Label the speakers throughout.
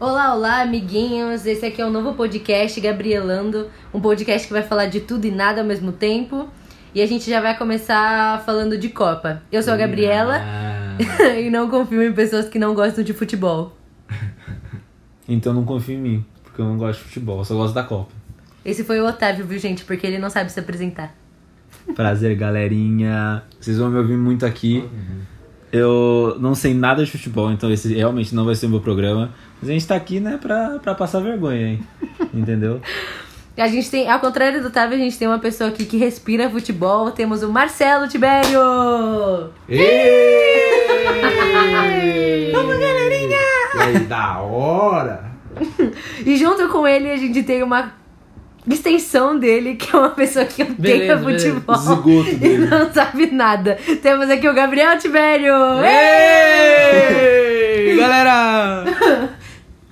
Speaker 1: Olá, olá, amiguinhos! Esse aqui é o novo podcast Gabrielando, um podcast que vai falar de tudo e nada ao mesmo tempo. E a gente já vai começar falando de Copa. Eu sou a Gabriela
Speaker 2: Ah,
Speaker 1: e não confio em pessoas que não gostam de futebol.
Speaker 2: então não confia em mim, porque eu não gosto de futebol, eu só gosto da Copa.
Speaker 1: Esse foi o Otávio, viu, gente? Porque ele não sabe se apresentar.
Speaker 2: Prazer, galerinha. Vocês vão me ouvir muito aqui. Eu não sei nada de futebol, então esse realmente não vai ser o meu programa. Mas a gente tá aqui, né, pra, pra passar vergonha, hein? Entendeu?
Speaker 1: A gente tem, ao contrário do Otávio, a gente tem uma pessoa aqui que respira futebol. Temos o Marcelo Tibério!
Speaker 3: Vamos, galerinha! E aí, da hora!
Speaker 1: E junto com ele a gente tem uma extensão dele, que é uma pessoa que odeia
Speaker 4: Beleza, beleza.
Speaker 1: futebol.
Speaker 2: Esgoto
Speaker 1: E
Speaker 2: dele.
Speaker 1: não sabe nada. Temos aqui o Gabriel Tibério!
Speaker 4: Ei, galera!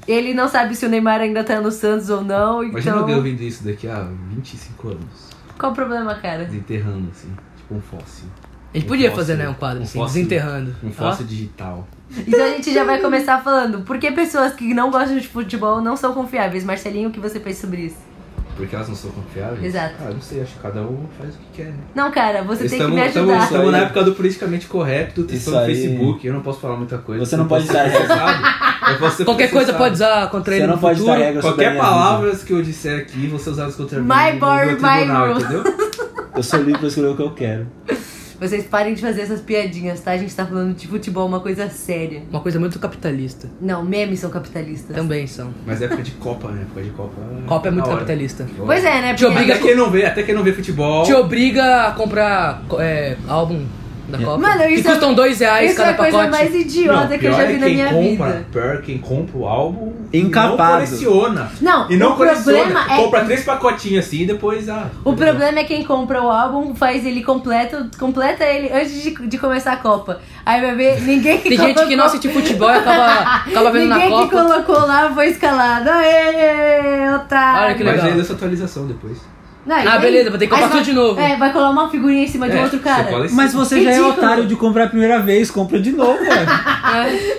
Speaker 1: Ele não sabe se o Neymar ainda tá no Santos ou não,
Speaker 3: Imagina
Speaker 1: então.
Speaker 3: alguém ouvindo isso daqui a 25 anos,
Speaker 1: Qual o problema, cara?
Speaker 3: desenterrando assim, tipo um fóssil.
Speaker 4: A gente
Speaker 3: Um
Speaker 4: podia
Speaker 3: fóssil.
Speaker 4: fazer, né, um quadro assim,
Speaker 3: fóssil-
Speaker 4: desenterrando.
Speaker 3: Um
Speaker 4: Ó.
Speaker 3: fóssil digital.
Speaker 1: Então a gente já vai começar falando. Por que pessoas que não gostam de futebol não são confiáveis? Marcelinho, o que você pensa sobre isso?
Speaker 3: Porque elas não são confiáveis?
Speaker 1: Exato.
Speaker 3: Ah, eu não sei, acho que cada um faz o que quer. né?
Speaker 1: Não, cara, você tem que me
Speaker 3: estamos-
Speaker 1: ajudar.
Speaker 3: estamos na
Speaker 2: Isso aí.
Speaker 3: época do politicamente correto, tem
Speaker 2: Isso
Speaker 3: todo o
Speaker 2: aí.
Speaker 3: Facebook, eu não posso falar muita coisa.
Speaker 2: Você não pode
Speaker 3: posso ser
Speaker 2: dar regra.
Speaker 3: processado, eu posso ser
Speaker 4: Ah, Qualquer coisa
Speaker 3: processado.
Speaker 4: pode usar contra ele
Speaker 2: Você não
Speaker 4: no
Speaker 2: pode
Speaker 4: futuro.
Speaker 2: dar regra sobre a
Speaker 3: Qualquer
Speaker 2: minha vida.
Speaker 3: palavras que eu disser aqui, você usar as contra mim
Speaker 1: My
Speaker 3: no
Speaker 1: board,
Speaker 3: meu
Speaker 1: my
Speaker 3: tribunal,
Speaker 1: rules.
Speaker 3: entendeu?
Speaker 2: Eu sou livre pra escolher o que eu quero.
Speaker 1: Vocês parem de fazer essas piadinhas, tá? A gente tá falando de futebol, uma coisa séria.
Speaker 4: Uma coisa muito capitalista.
Speaker 1: Não, memes são capitalistas.
Speaker 4: Também são.
Speaker 3: Mas é época de Copa, né? Época de Copa.
Speaker 4: Copa é muito
Speaker 3: da hora.
Speaker 4: capitalista.
Speaker 1: Pois é, né?
Speaker 4: Te obriga-
Speaker 3: Até quem não vê, até quem não vê futebol.
Speaker 4: Te obriga a comprar co- é, álbum da Copa.
Speaker 1: Mano, isso
Speaker 4: que
Speaker 1: é-
Speaker 4: custam dois reais
Speaker 1: Isso é
Speaker 4: cada
Speaker 1: a coisa
Speaker 4: pacote.
Speaker 1: mais idiota que eu
Speaker 3: pior
Speaker 1: já
Speaker 3: é
Speaker 1: vi na
Speaker 3: quem
Speaker 1: minha
Speaker 3: compra,
Speaker 1: vida.
Speaker 3: Pior é quem compra o álbum
Speaker 2: Encapado.
Speaker 3: e não coleciona.
Speaker 1: Não,
Speaker 3: E não
Speaker 1: o problema
Speaker 3: coleciona.
Speaker 1: é.
Speaker 3: Compra três pacotinhos assim e depois ah,
Speaker 1: O problema é quem compra o álbum, faz ele completo, completa ele antes de, de começar a Copa. Aí vai ver, ninguém que
Speaker 4: Tem gente que não assiste futebol e acaba, acaba vendo na
Speaker 1: Ninguém que
Speaker 4: Copa.
Speaker 1: colocou lá foi escalado. Aê, otário.
Speaker 4: Olha que
Speaker 3: Mas
Speaker 4: legal.
Speaker 3: ainda essa atualização depois.
Speaker 1: Não, e
Speaker 4: Ah,
Speaker 1: aí-
Speaker 4: beleza, vou ter que
Speaker 1: aí
Speaker 4: comprar
Speaker 1: você
Speaker 4: tudo de novo.
Speaker 1: vai- É, vai colar uma figurinha em cima de
Speaker 3: É,
Speaker 1: outro
Speaker 3: Você,
Speaker 1: cara.
Speaker 3: coleciona.
Speaker 2: Mas você já é
Speaker 1: Ridículo.
Speaker 2: otário de comprar a primeira vez, compra de novo, velho.
Speaker 4: É.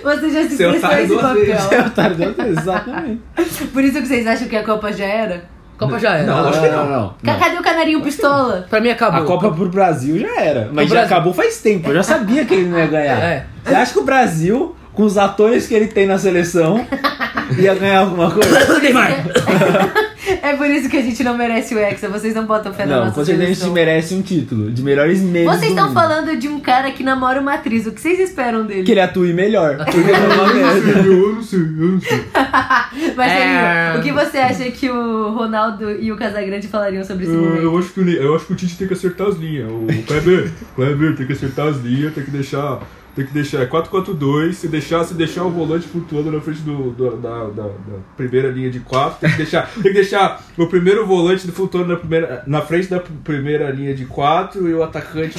Speaker 1: Você já se
Speaker 3: Você é
Speaker 1: prestou
Speaker 3: otário
Speaker 1: esse
Speaker 3: duas vezes.
Speaker 2: Você é
Speaker 1: papel.
Speaker 2: otário duas vezes, exatamente.
Speaker 1: Por isso que vocês acham que a Copa já era?
Speaker 4: Copa já era.
Speaker 2: Tá
Speaker 3: Não, lógico que não.
Speaker 1: Ca- Cadê o canarinho pistola?
Speaker 4: Pra mim acabou.
Speaker 2: A Copa é pro Brasil já era. Mas
Speaker 4: O
Speaker 2: já
Speaker 4: Brasil-
Speaker 2: acabou faz tempo. Eu já sabia que ele não ia ganhar.
Speaker 4: É.
Speaker 2: Você acha que o Brasil, com os atores que ele tem na seleção, ia ganhar alguma coisa?
Speaker 4: Neymar.
Speaker 1: É por isso que a gente não merece o Hexa, vocês não botam fé na
Speaker 2: Não,
Speaker 1: nossa
Speaker 2: com certeza a gente
Speaker 1: seleção.
Speaker 2: merece um título de melhores meses.
Speaker 1: Vocês
Speaker 2: do
Speaker 1: estão
Speaker 2: mundo.
Speaker 1: falando de um cara que namora uma atriz, o que vocês esperam dele?
Speaker 2: Que ele atue melhor. Porque ele é uma merda.
Speaker 3: Eu não sei, eu não sei.
Speaker 1: Marcelinho,
Speaker 4: É.
Speaker 1: o que você acha que o Ronaldo e o Casagrande falariam sobre esse momento?
Speaker 3: acho que o, eu acho que o Tite tem que acertar as linhas. O Kleber, Kleber tem que acertar as linhas, tem que deixar. Tem que deixar é 4-4-2, se deixar, se deixar o volante flutuando na frente do, do- da, da- da primeira linha de 4, tem que deixar, tem que deixar o primeiro volante flutuando na, primeira, na frente da primeira linha de 4 e o atacante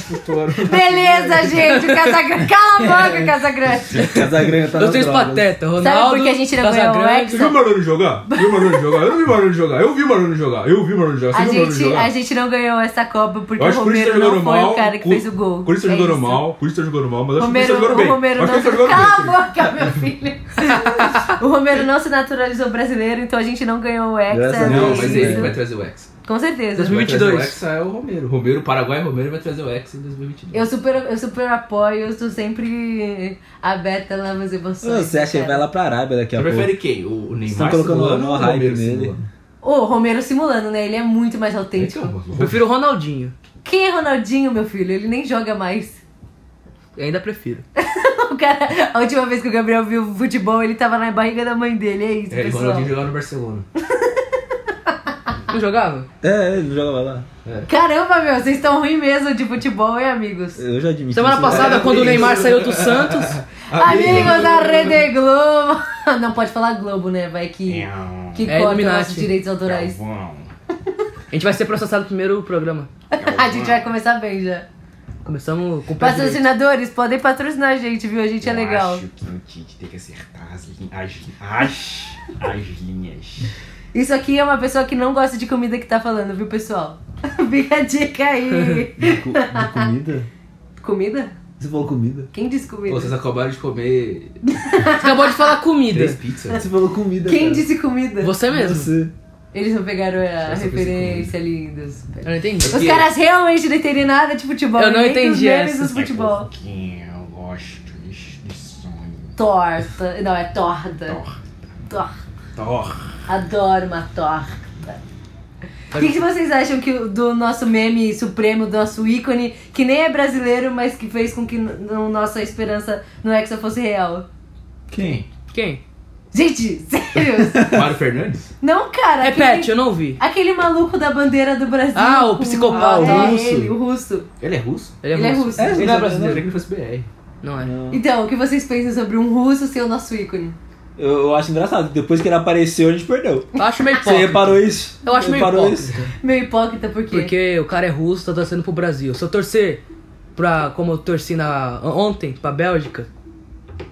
Speaker 3: flutuando.
Speaker 1: Beleza, gente, o Casagrande. Cala a boca, Casagrande.
Speaker 2: Casagrande tá
Speaker 4: Os três
Speaker 2: nas drogas.
Speaker 4: patetas. Ronaldo,
Speaker 1: por que a gente não ganhou o
Speaker 4: Casagrande.
Speaker 1: Hexa?
Speaker 3: Você viu o Maroni jogar? Viu o Maroni jogar? Eu não vi o Maroni jogar, eu vi o Maroni jogar, eu vi o Maroni jogar,
Speaker 1: A
Speaker 3: você viu o Maroni
Speaker 1: gente,
Speaker 3: jogar?
Speaker 1: a gente não ganhou essa Copa porque
Speaker 3: Eu
Speaker 1: o
Speaker 3: acho que o Corinthians
Speaker 1: Romero
Speaker 3: tá
Speaker 1: não
Speaker 3: jogando
Speaker 1: foi
Speaker 3: mal.
Speaker 1: o cara que
Speaker 3: Cor-
Speaker 1: fez o gol.
Speaker 3: Corinthians
Speaker 1: É
Speaker 3: tá jogando
Speaker 1: isso.
Speaker 3: mal, Corinthians tá jogando mal, mas acho que o Corinthians tá
Speaker 1: Romero,
Speaker 3: jogando bem.
Speaker 1: o Romero
Speaker 3: Acho que o
Speaker 1: não.
Speaker 3: Corinthians tá jogando bem.
Speaker 1: Cala a boca, meu filho. o Romero não se naturalizou brasileiro, então a gente não ganhou o
Speaker 2: Graças
Speaker 1: Hexa.
Speaker 3: Não,
Speaker 2: a Deus,
Speaker 1: é
Speaker 3: mas
Speaker 2: né?
Speaker 3: ele
Speaker 1: isso.
Speaker 3: vai trazer o Hexa.
Speaker 1: Com certeza.
Speaker 4: 2022.
Speaker 3: O Hexa é o Romero. Romero, Paraguai, Romero vai trazer o Hexa em 2022.
Speaker 1: Eu super, eu super apoio, eu estou sempre aberta lá nas
Speaker 2: Ah,
Speaker 1: emoções.
Speaker 2: Você acha que ele vai lá pra Arábia daqui a
Speaker 3: Você
Speaker 2: pouco?
Speaker 3: prefere quem? O o
Speaker 2: Vocês estão
Speaker 3: Neymar
Speaker 2: colocando o
Speaker 3: simulando ou
Speaker 2: maior
Speaker 3: o
Speaker 2: hype
Speaker 3: Romero
Speaker 2: nele.
Speaker 3: simulando?
Speaker 1: Ô, Romero simulando, né? Ele é muito mais autêntico.
Speaker 3: Então, o
Speaker 4: Eu prefiro o Ronaldinho.
Speaker 1: Quem é Ronaldinho, meu filho? Ele nem joga mais.
Speaker 4: Eu ainda prefiro.
Speaker 1: O cara, a última vez que o Gabriel viu futebol, ele tava na barriga da mãe dele. É isso,
Speaker 3: É, o
Speaker 1: pessoal.
Speaker 3: Ronaldinho jogava no Barcelona.
Speaker 4: Não jogava?
Speaker 2: É, ele jogava lá.
Speaker 1: Caramba, meu, vocês estão ruim mesmo de futebol, hein, amigos?
Speaker 2: Eu já admiti.
Speaker 4: Semana
Speaker 2: isso. né?
Speaker 4: passada,
Speaker 3: É,
Speaker 4: quando o
Speaker 3: isso.
Speaker 4: Neymar saiu do Santos,
Speaker 1: Amigos da Rede Globo! Não pode falar Globo, né? Vai que, que
Speaker 4: É
Speaker 1: corta os
Speaker 4: Illuminati.
Speaker 1: nossos direitos
Speaker 3: É
Speaker 1: autorais.
Speaker 4: a gente vai ser processado no primeiro programa.
Speaker 1: a gente vai começar bem já.
Speaker 4: Começamos com o pé direito.
Speaker 1: Patrocinadores, podem patrocinar a gente, viu? A gente é legal.
Speaker 5: Acho que o Tite tem que acertar as, lin- as, as, as linhas.
Speaker 1: Isso aqui é uma pessoa que não gosta de comida que tá falando, viu, pessoal? Fica a dica aí.
Speaker 2: De, co- de comida?
Speaker 1: comida?
Speaker 2: Você falou comida?
Speaker 1: Quem disse comida?
Speaker 3: Pô, vocês acabaram de comer
Speaker 4: Você acabou de falar comida.
Speaker 3: três pizzas.
Speaker 2: Você falou comida.
Speaker 1: Quem
Speaker 2: cara.
Speaker 1: disse comida?
Speaker 4: Você mesmo.
Speaker 2: Você.
Speaker 1: Eles não pegaram a
Speaker 3: Só se eu fosse
Speaker 1: referência ali dos.
Speaker 4: Eu não entendi.
Speaker 1: Os caras realmente não entendem nada de futebol.
Speaker 4: Eu não
Speaker 1: nem dos
Speaker 4: entendi
Speaker 1: memes
Speaker 4: essa. é
Speaker 1: dos futebol.
Speaker 3: Quem eu gosto de de sonho.
Speaker 1: Torta. Não, é torta.
Speaker 3: Tor.
Speaker 1: Torta.
Speaker 3: Tor.
Speaker 1: Adoro uma torta.
Speaker 4: Tá
Speaker 1: O que, que vocês acham que, o- do nosso meme supremo, do nosso ícone, que nem é brasileiro, mas que fez com que n- n- nossa esperança no Hexa fosse real?
Speaker 2: Quem?
Speaker 4: Quem?
Speaker 1: Gente, sério?
Speaker 3: Mário Fernandes?
Speaker 1: não, cara.
Speaker 4: Repete,
Speaker 1: aquele,
Speaker 4: É eu não ouvi.
Speaker 1: aquele maluco da bandeira do Brasil.
Speaker 4: Ah, o
Speaker 1: com-
Speaker 4: psicopata.
Speaker 1: É,
Speaker 2: Ah, O russo.
Speaker 1: ele, o russo.
Speaker 3: Ele é russo?
Speaker 4: Ele é,
Speaker 1: Ele é russo.
Speaker 2: É,
Speaker 3: Ele
Speaker 2: não
Speaker 3: é brasileiro, eu
Speaker 2: é brasileiro.
Speaker 3: achei que ele fosse BR.
Speaker 4: Não é.
Speaker 2: Não.
Speaker 1: Então, o que vocês pensam sobre um russo ser o nosso ícone?
Speaker 2: Eu, eu acho engraçado. Depois que ele apareceu, a gente perdeu.
Speaker 4: Eu acho meio
Speaker 2: Você
Speaker 4: hipócrita.
Speaker 2: reparou isso?
Speaker 4: Tá Eu acho meio
Speaker 2: Reparou
Speaker 4: hipócrita.
Speaker 2: isso?
Speaker 1: Meio hipócrita, por quê?
Speaker 4: Porque o cara é russo, tá torcendo pro Brasil. Se eu torcer pra. como eu torci na, ontem pra Bélgica,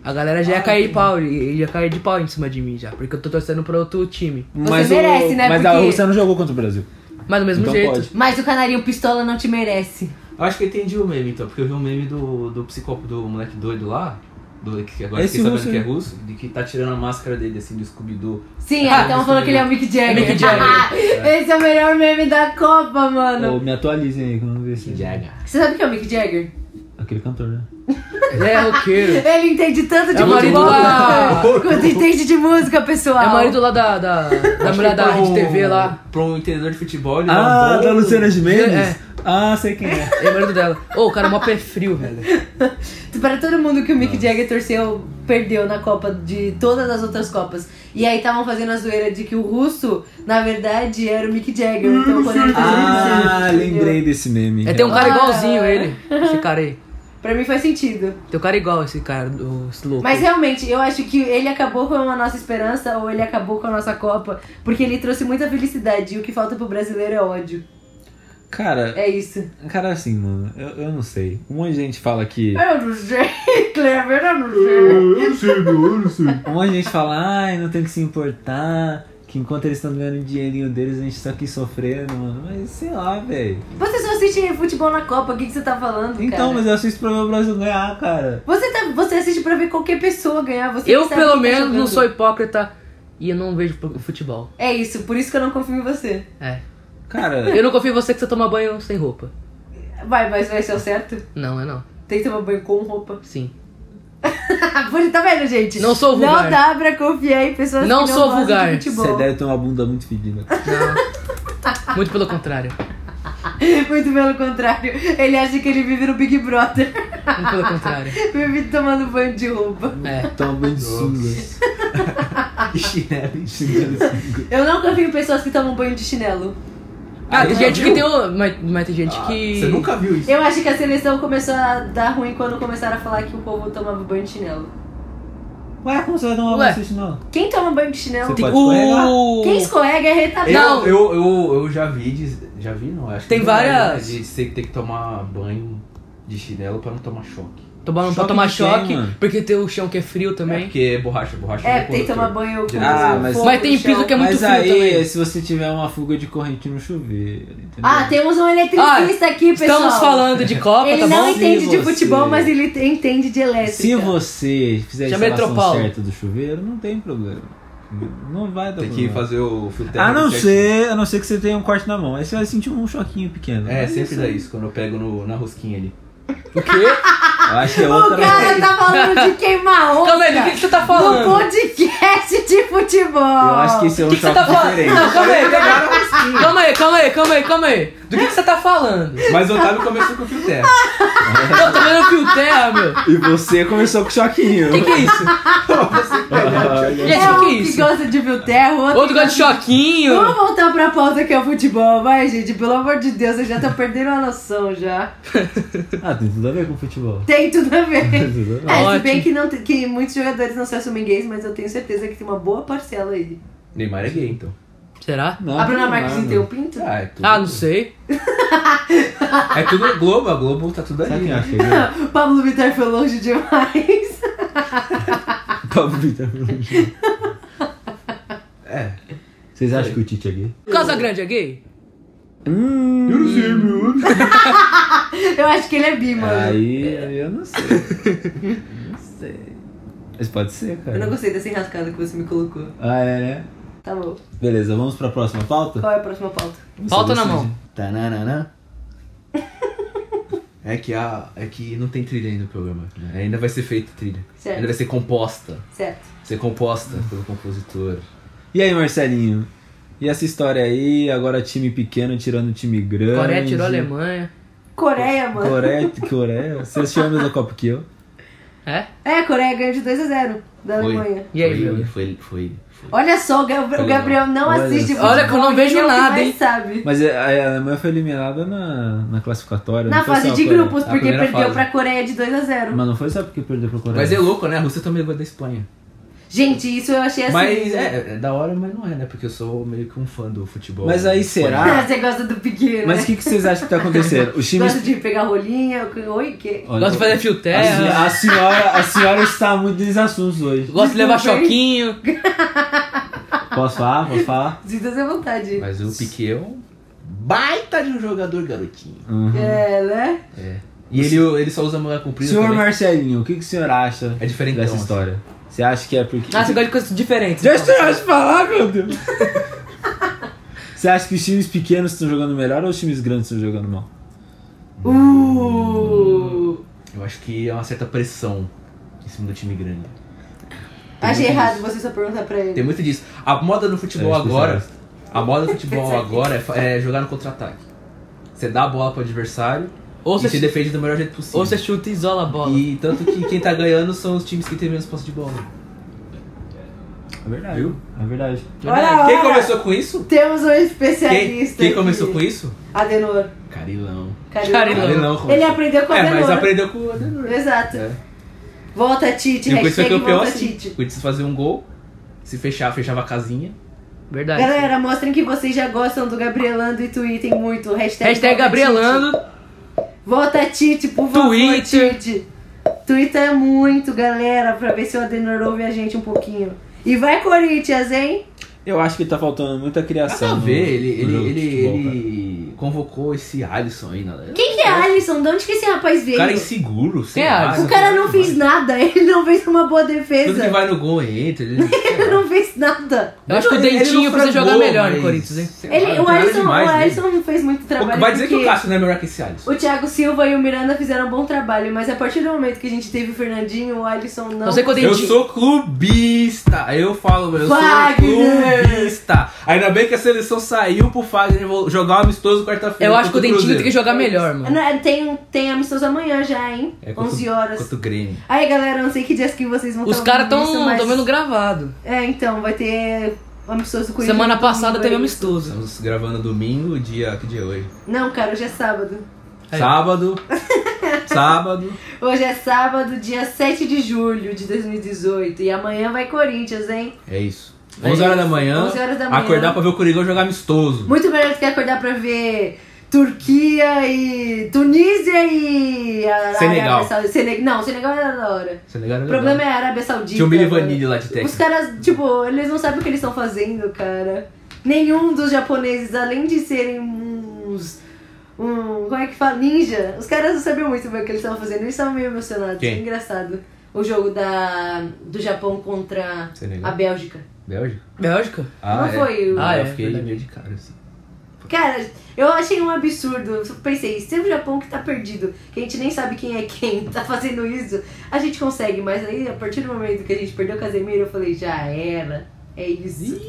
Speaker 4: a galera já ia cair de pau, e- ia cair de pau em cima de mim já. Porque eu tô torcendo pra outro time.
Speaker 1: Você merece, né?
Speaker 2: Mas a
Speaker 1: Porque-
Speaker 2: Rússia não jogou contra o Brasil.
Speaker 4: Mas do mesmo
Speaker 2: Então
Speaker 4: jeito.
Speaker 2: pode.
Speaker 1: Mas o canarinho pistola não te merece.
Speaker 3: Eu acho que eu entendi o meme então, porque eu vi um meme do, do psicólogo, do moleque doido lá, do, que agora
Speaker 2: Esse
Speaker 3: fiquei sabendo
Speaker 2: russo,
Speaker 3: que é
Speaker 2: né?
Speaker 3: russo, de que tá tirando a máscara dele, assim, do Scooby-Doo.
Speaker 1: Sim,
Speaker 3: Ah,
Speaker 1: ah, então falou que ele é o Mick Jagger.
Speaker 4: Mick Jagger.
Speaker 1: Esse é o melhor meme da Copa, mano.
Speaker 2: Ô, me atualizem aí, que eu não vi esse.
Speaker 3: Jaga.
Speaker 1: Você sabe quem é o Mick Jagger?
Speaker 2: Aquele cantor, né?
Speaker 4: Ele é roqueiro.
Speaker 1: Ele entende tanto de
Speaker 4: É o marido
Speaker 1: futebol
Speaker 4: da-
Speaker 1: quanto entende de música, pessoal.
Speaker 4: É o marido lá da, da, da mulher
Speaker 3: é
Speaker 4: da Rede TV lá.
Speaker 3: Pra um entendedor de futebol, ele é
Speaker 2: tá Ah,
Speaker 3: um bom...
Speaker 2: da Luciana Gimenez?
Speaker 4: É.
Speaker 2: Ah, sei quem é.
Speaker 4: É o marido dela. Ô, o cara é mó pé frio, velho.
Speaker 1: Para Tipo, todo mundo que o Mick Jagger torceu, perdeu na Copa de todas as outras Copas. E aí estavam fazendo a zoeira de que o russo, na verdade, era o Mick Jagger. Então quando ele fez
Speaker 2: Ah,
Speaker 1: isso, entendeu?
Speaker 2: lembrei desse meme.
Speaker 4: É, tem um cara
Speaker 1: Ah.
Speaker 4: igualzinho ele. Esse cara aí.
Speaker 1: Pra mim faz sentido.
Speaker 4: Tem um cara igual esse cara, o esse louco.
Speaker 1: Mas é realmente, eu acho que ele acabou com a nossa esperança ou ele acabou com a nossa Copa, porque ele trouxe muita felicidade e o que falta pro brasileiro é ódio.
Speaker 2: Cara,
Speaker 1: É isso.
Speaker 2: cara assim, mano, eu, eu não sei. Um monte de gente fala que...
Speaker 4: É
Speaker 1: Eu não sei, Clever, eu não sei.
Speaker 6: Eu não sei, meu, eu não
Speaker 4: assim.
Speaker 6: sei.
Speaker 2: Um monte de gente fala, ai, não tem que se importar, que enquanto eles estão ganhando o dinheirinho deles, a gente tá aqui sofrendo, mano. Mas sei lá, velho.
Speaker 1: Você só assiste futebol na Copa, o que, que você tá falando,
Speaker 2: Então,
Speaker 1: cara?
Speaker 2: mas eu assisto pra ver o Brasil ganhar, cara.
Speaker 1: Você, tá, você assiste pra ver qualquer pessoa ganhar. Você
Speaker 4: eu,
Speaker 1: que sabe quem
Speaker 4: pelo
Speaker 1: tá
Speaker 4: menos, não
Speaker 1: jogando.
Speaker 4: sou hipócrita e eu não vejo fu- futebol.
Speaker 1: É isso, por isso que eu não confio em você.
Speaker 4: É.
Speaker 2: Cara,
Speaker 4: Eu não confio em você que você toma banho sem roupa.
Speaker 1: Vai, mas vai ser o certo?
Speaker 4: Não, é não.
Speaker 1: Tem que tomar banho com roupa.
Speaker 4: Sim.
Speaker 1: Por- tá vendo, gente?
Speaker 4: Não sou vulgar.
Speaker 1: Não dá pra confiar em pessoas
Speaker 4: Não
Speaker 1: que não
Speaker 4: sou
Speaker 1: gostam
Speaker 4: vulgar.
Speaker 1: de futebol.
Speaker 2: você deve ter uma bunda muito fedida.
Speaker 4: Não. Muito pelo contrário.
Speaker 1: Muito pelo contrário, ele acha que ele vive no Big Brother.
Speaker 4: Muito pelo contrário.
Speaker 1: vive tomando banho de roupa.
Speaker 4: É.
Speaker 2: Toma um banho de sunga.
Speaker 3: Chinelo e
Speaker 2: Chinelo de sunga.
Speaker 1: Eu não confio em pessoas que tomam banho de chinelo.
Speaker 4: Ah,
Speaker 3: Ah,
Speaker 4: tem
Speaker 3: não,
Speaker 4: gente que
Speaker 3: viu?
Speaker 4: tem o. Mas, mas tem gente
Speaker 3: Ah,
Speaker 4: que.
Speaker 3: Você nunca viu isso?
Speaker 1: Eu acho que a seleção começou a dar ruim quando começaram a falar que o povo tomava banho de chinelo.
Speaker 2: Ué, como você vai tomar
Speaker 4: Ué.
Speaker 2: banho de chinelo?
Speaker 1: Quem toma banho de chinelo?
Speaker 2: Você pode escorregar.
Speaker 4: O.
Speaker 1: Quem escorrega é
Speaker 3: Eu,
Speaker 1: retardado.
Speaker 4: Não.
Speaker 3: Eu, eu, eu já vi, de- já vi não, acho que
Speaker 4: Tem
Speaker 3: não é,
Speaker 4: várias-
Speaker 3: né, De você ter que tomar banho de chinelo pra não tomar choque.
Speaker 4: Tomar, não
Speaker 2: Choque
Speaker 4: pode tomar
Speaker 2: de quem,
Speaker 4: choque,
Speaker 2: mano?
Speaker 4: porque tem o chão que é frio
Speaker 3: É
Speaker 4: também.
Speaker 3: porque é borracha, borracha
Speaker 1: É,
Speaker 3: do
Speaker 1: tem que tomar
Speaker 3: condutor.
Speaker 1: banho com
Speaker 2: Ah, mas-
Speaker 1: fogo
Speaker 4: Mas tem
Speaker 1: no chão.
Speaker 4: piso que é muito
Speaker 2: Mas
Speaker 4: frio
Speaker 2: aí,
Speaker 4: também.
Speaker 2: se você tiver uma fuga de corrente no chuveiro, entendeu?
Speaker 1: Ah, temos um eletricista aqui, pessoal.
Speaker 4: Estamos falando de Copa,
Speaker 1: Ele
Speaker 4: tá
Speaker 1: não
Speaker 4: bom?
Speaker 2: Se
Speaker 1: entende de
Speaker 2: você-
Speaker 1: futebol, mas ele te- entende de
Speaker 2: Se
Speaker 1: elétrica.
Speaker 2: você fizer a
Speaker 4: Chama
Speaker 2: instalação
Speaker 4: Metropaulo.
Speaker 2: certa do chuveiro, não tem problema. Não vai dar
Speaker 3: Tem que
Speaker 2: problema.
Speaker 3: fazer o fio
Speaker 2: A
Speaker 3: térmico
Speaker 2: Ah, não
Speaker 3: certinho.
Speaker 2: ser, a não ser que você tenha um corte na mão. Aí você vai sentir um choquinho pequeno.
Speaker 3: É,
Speaker 2: Mas
Speaker 3: sempre dá isso quando eu pego no- na rosquinha ali.
Speaker 4: O quê?
Speaker 2: Eu acho que é
Speaker 1: O
Speaker 2: outra.
Speaker 1: cara tá falando de queimar onda.
Speaker 4: Calma aí, do que, que você tá
Speaker 1: No
Speaker 4: falando?
Speaker 1: podcast de futebol.
Speaker 2: Eu acho que esse um é um
Speaker 4: O que, que
Speaker 2: choque
Speaker 4: você tá falando?
Speaker 2: diferente.
Speaker 4: Não, calma aí, calma aí. Calma aí, calma aí, calma aí, calma aí. Do que, que você tá falando?
Speaker 3: Mas o Otávio começou com o fio térmico.
Speaker 4: Eu tô vendo fio terra, meu.
Speaker 2: E você começou com o choquinho.
Speaker 4: O que, que é isso? Gente,
Speaker 1: É
Speaker 4: o que
Speaker 1: um
Speaker 4: é
Speaker 1: que,
Speaker 4: isso?
Speaker 1: gosta de Vilterra, outro,
Speaker 4: Outro gosta de choquinho.
Speaker 1: Vamos voltar pra pauta que é o futebol, vai, gente. Pelo amor de Deus, vocês já estão perdendo a noção já.
Speaker 2: Ah, tem tudo a ver com futebol.
Speaker 1: Tem tudo a ver.
Speaker 2: Tudo a ver.
Speaker 1: É, se
Speaker 4: Ótimo.
Speaker 1: bem que, não, tem- que muitos jogadores não se assumem gays, mas eu tenho certeza que tem uma boa parcela aí.
Speaker 3: Neymar é gay, então.
Speaker 4: Será?
Speaker 2: Não,
Speaker 1: a Bruna
Speaker 2: não,
Speaker 1: Marques
Speaker 2: não.
Speaker 1: tem um pinto?
Speaker 3: Ah, é tudo.
Speaker 4: Ah, não sei.
Speaker 3: É tudo Globo, a Globo tá tudo
Speaker 2: Sabe
Speaker 3: ali. né?
Speaker 2: quem eu achei? né?
Speaker 1: Pablo Vittar foi longe demais.
Speaker 2: Pablo Vittar.
Speaker 3: É.
Speaker 2: Vocês acham que o Tite é gay?
Speaker 4: O Casagrande é gay?
Speaker 2: Hum.
Speaker 6: Eu não sei, meu. eu não sei.
Speaker 1: Eu acho que ele é bi, mano.
Speaker 2: Aí aí
Speaker 1: é.
Speaker 2: eu não sei. não sei. Mas pode ser,
Speaker 1: Eu não
Speaker 2: cara.
Speaker 1: gostei dessa enrascada que você me colocou.
Speaker 2: Ah, é, né?
Speaker 1: Tá bom.
Speaker 2: Beleza, vamos pra próxima pauta?
Speaker 1: Qual é a próxima pauta?
Speaker 2: Você
Speaker 4: Pauta na
Speaker 2: decide.
Speaker 4: mão.
Speaker 3: Tananana. É que, a, é que não tem trilha ainda no programa. né? Ainda vai ser feita trilha.
Speaker 1: Certo.
Speaker 3: Ainda vai ser composta.
Speaker 1: Certo.
Speaker 3: Ser composta pelo compositor.
Speaker 2: E aí, Marcelinho? E essa história aí, agora time pequeno tirando time grande.
Speaker 4: Coreia tirou a Alemanha.
Speaker 1: Coreia, mano.
Speaker 2: Coreia, Coreia. Você assistiu a mesma Copa que eu?
Speaker 4: É?
Speaker 1: É, Coreia ganhou de 2 a 0 da
Speaker 3: Foi.
Speaker 1: Alemanha.
Speaker 4: E aí,
Speaker 3: foi,
Speaker 4: Júlio?
Speaker 3: foi, foi, foi.
Speaker 1: Olha só, o Gabriel, o
Speaker 3: Olha.
Speaker 1: Gabriel não
Speaker 2: Olha
Speaker 1: assiste
Speaker 2: só.
Speaker 4: Olha que eu não
Speaker 1: futebol,
Speaker 4: vejo
Speaker 1: ele é o que
Speaker 4: nada,
Speaker 1: mais
Speaker 4: hein?
Speaker 1: sabe.
Speaker 2: Mas a a Alemanha foi eliminada na, na classificatória.
Speaker 1: Na
Speaker 2: não foi
Speaker 1: fase
Speaker 2: só a
Speaker 1: de
Speaker 2: Coreia.
Speaker 1: grupos,
Speaker 3: Na
Speaker 1: porque
Speaker 3: primeira
Speaker 1: perdeu
Speaker 3: fase.
Speaker 1: pra Coreia de 2 a 0
Speaker 2: Mas não foi só porque perdeu pra Coreia.
Speaker 3: Mas é louco, né? A Rússia também gosta da Espanha.
Speaker 1: Gente, isso eu achei assim.
Speaker 3: Mas é, é da hora, mas não é, né? Porque eu sou meio que um fã do futebol.
Speaker 2: Mas aí
Speaker 3: espanhol.
Speaker 2: será?
Speaker 1: Você gosta do pequeno,
Speaker 2: Mas
Speaker 1: né?
Speaker 2: o que, que vocês acham que tá acontecendo? Os times.
Speaker 1: Gosta de pegar rolinha, o que- oi, que...
Speaker 2: Olha,
Speaker 4: Gosta de fazer fio
Speaker 2: a, se-
Speaker 4: terra.
Speaker 2: a senhora, a senhora está muito nesses assuntos hoje.
Speaker 4: Gosta de levar
Speaker 1: Desculpa, hein?
Speaker 4: choquinho.
Speaker 2: Posso falar? Posso falar?
Speaker 1: Sinta-se à vontade.
Speaker 3: Mas o Piquet é um baita de um jogador, garotinho.
Speaker 2: Uhum.
Speaker 1: É, né?
Speaker 3: E ele, ele só usa manga comprida
Speaker 2: Senhor
Speaker 3: também.
Speaker 2: Marcelinho, o que, que o senhor acha
Speaker 3: É diferentão,
Speaker 2: dessa
Speaker 3: assim.
Speaker 2: história? Você acha que é porque.
Speaker 4: Ah, você gosta de coisas diferentes. então.
Speaker 2: Deixa eu te falar, meu Deus! Você acha que os times pequenos estão jogando melhor ou os times grandes estão jogando mal?
Speaker 3: Hum.
Speaker 1: Uh...
Speaker 3: Eu acho que é uma certa pressão em cima do time grande.
Speaker 1: Achei
Speaker 3: muito
Speaker 1: errado
Speaker 3: disso.
Speaker 1: você só perguntar pra ele.
Speaker 3: Tem muito disso. A moda do futebol
Speaker 2: É,
Speaker 3: agora.
Speaker 2: especialista.
Speaker 3: A moda do futebol agora é fa- é, jogar no contra-ataque. Você dá a bola pro adversário
Speaker 4: Ou
Speaker 3: e se
Speaker 4: você,
Speaker 3: defende do melhor jeito possível.
Speaker 4: ou você chuta e isola a bola.
Speaker 3: E tanto que quem tá ganhando são os times que têm menos posse de bola.
Speaker 2: É verdade. Viu? É verdade.
Speaker 1: Olha lá,
Speaker 3: Quem
Speaker 1: olha.
Speaker 3: começou com isso?
Speaker 1: Temos um
Speaker 3: Quem,
Speaker 1: especialista
Speaker 3: quem começou com isso?
Speaker 1: Adenor.
Speaker 3: Carilão.
Speaker 1: Carilão.
Speaker 4: Carilão.
Speaker 1: Ele
Speaker 3: começou.
Speaker 1: aprendeu com
Speaker 3: É,
Speaker 1: Adenor.
Speaker 3: mas aprendeu com o Adenor.
Speaker 1: Exato.
Speaker 3: É.
Speaker 1: Volta, Tite.
Speaker 3: E o Corinthians foi
Speaker 1: Hashtag
Speaker 3: campeão
Speaker 1: volta,
Speaker 3: assim. O
Speaker 1: Tite.
Speaker 3: Corinthians fazia um gol, se fechava, fechava a casinha.
Speaker 4: Verdade.
Speaker 1: Galera, mostrem que vocês já gostam do Gabrielando e tweetem muito. Hashtag,
Speaker 4: Hashtag
Speaker 1: volta,
Speaker 4: Gabrielando.
Speaker 1: Tite. Volta, Tite, por favor,
Speaker 4: Twitter.
Speaker 1: Tite. Twitter é muito, galera, pra ver se o Adenor ouve a gente um pouquinho. E vai, Corinthians, hein?
Speaker 2: Eu acho que tá faltando muita criação.
Speaker 3: Nada a
Speaker 2: no-
Speaker 3: ver, ele,
Speaker 2: no
Speaker 3: ele,
Speaker 2: jogo de
Speaker 3: ele,
Speaker 2: futebol, cara.
Speaker 3: ele convocou esse Alisson aí, né?
Speaker 1: Quem que é Alisson? De onde que esse rapaz veio?
Speaker 3: O cara é inseguro, sei
Speaker 4: Quem é
Speaker 3: lá.
Speaker 4: Alisson?
Speaker 1: O cara não fez nada, ele não fez uma boa
Speaker 3: Tudo que
Speaker 1: defesa.
Speaker 3: vai no gol entra. Ele,
Speaker 1: Ele não fez nada.
Speaker 4: Eu acho que o
Speaker 3: Ele- ele não
Speaker 4: Dentinho precisa
Speaker 3: frangou,
Speaker 4: jogar melhor
Speaker 3: mas-
Speaker 4: no Corinthians, hein?
Speaker 3: sei lá,
Speaker 1: Ele,
Speaker 3: não
Speaker 1: o
Speaker 3: tem nada
Speaker 1: Alisson, o
Speaker 3: demais nele.
Speaker 1: Alisson não fez muito trabalho.
Speaker 3: Vai dizer que o
Speaker 1: porque-
Speaker 3: Cássio não é melhor que esse Alisson.
Speaker 1: O Thiago Silva e o Miranda fizeram um bom trabalho, mas a partir do momento que a gente teve o Fernandinho, o Alisson não.
Speaker 4: Não sei quando
Speaker 3: Eu
Speaker 4: Dentinho.
Speaker 3: sou clubista, eu falo, eu
Speaker 1: Fagner!
Speaker 3: sou clubista. Ainda bem que a seleção saiu pro Fagner vou jogar um amistoso quarta-feira.
Speaker 4: Eu acho que o
Speaker 3: contra
Speaker 4: Dentinho tem que
Speaker 3: Cruzeiro.
Speaker 4: jogar melhor, mano.
Speaker 1: Não, é, tem, tem amistoso amanhã já, hein?
Speaker 3: É, contra-
Speaker 1: 11 horas.
Speaker 3: Contra o Grêmio.
Speaker 1: Aí, galera, eu não sei que dias que vocês vão
Speaker 4: Os
Speaker 1: tá
Speaker 4: caras
Speaker 1: ouvindo
Speaker 4: estão
Speaker 1: isso, mas...
Speaker 4: vendo gravado.
Speaker 1: É, então, vai ter amistoso com
Speaker 4: Semana passada teve amistoso.
Speaker 3: Estamos gravando domingo, dia. Que dia é hoje?
Speaker 1: Não, cara, hoje é sábado.
Speaker 4: Aí.
Speaker 3: Sábado. sábado.
Speaker 1: Hoje é sábado, dia 7 de julho de 2018. E amanhã vai Corinthians, hein?
Speaker 3: É isso.
Speaker 1: É
Speaker 3: 11 horas da
Speaker 1: isso.
Speaker 3: manhã.
Speaker 1: 11 horas da manhã.
Speaker 3: Acordar pra ver o Coringão jogar amistoso.
Speaker 1: Muito melhor do que acordar pra ver Turquia e. Tunísia e. a- a
Speaker 3: Senegal.
Speaker 1: Arábia Saudita. Sene- Não, Senegal era da hora.
Speaker 3: Você legal,
Speaker 1: O problema é a Arábia Saudita.
Speaker 3: Tinha o Mili
Speaker 1: mano.
Speaker 3: Vanille lá de
Speaker 1: Os
Speaker 3: Texas.
Speaker 1: caras, tipo, eles não sabem o que eles estão fazendo, cara. Nenhum dos japoneses, além de serem uns. Um, como é que fala? Ninja. Os caras não sabiam muito bem o que eles estavam fazendo. Eles estavam meio emocionados.
Speaker 3: Quem?
Speaker 1: Engraçado. O jogo da, do Japão contra
Speaker 3: Senegal.
Speaker 1: a Bélgica.
Speaker 3: Bélgica?
Speaker 4: Bélgica?
Speaker 1: Não foi o-
Speaker 3: Ah,
Speaker 4: Ah,
Speaker 3: eu
Speaker 4: é,
Speaker 3: fiquei
Speaker 4: verdade.
Speaker 3: meio de cara, assim.
Speaker 1: Cara, eu achei um absurdo. Eu pensei, se o Japão que tá perdido, que a gente nem sabe quem é quem, tá fazendo isso, a gente consegue. Mas aí, a partir do momento que a gente perdeu o Casemiro, eu falei, já era. É isso.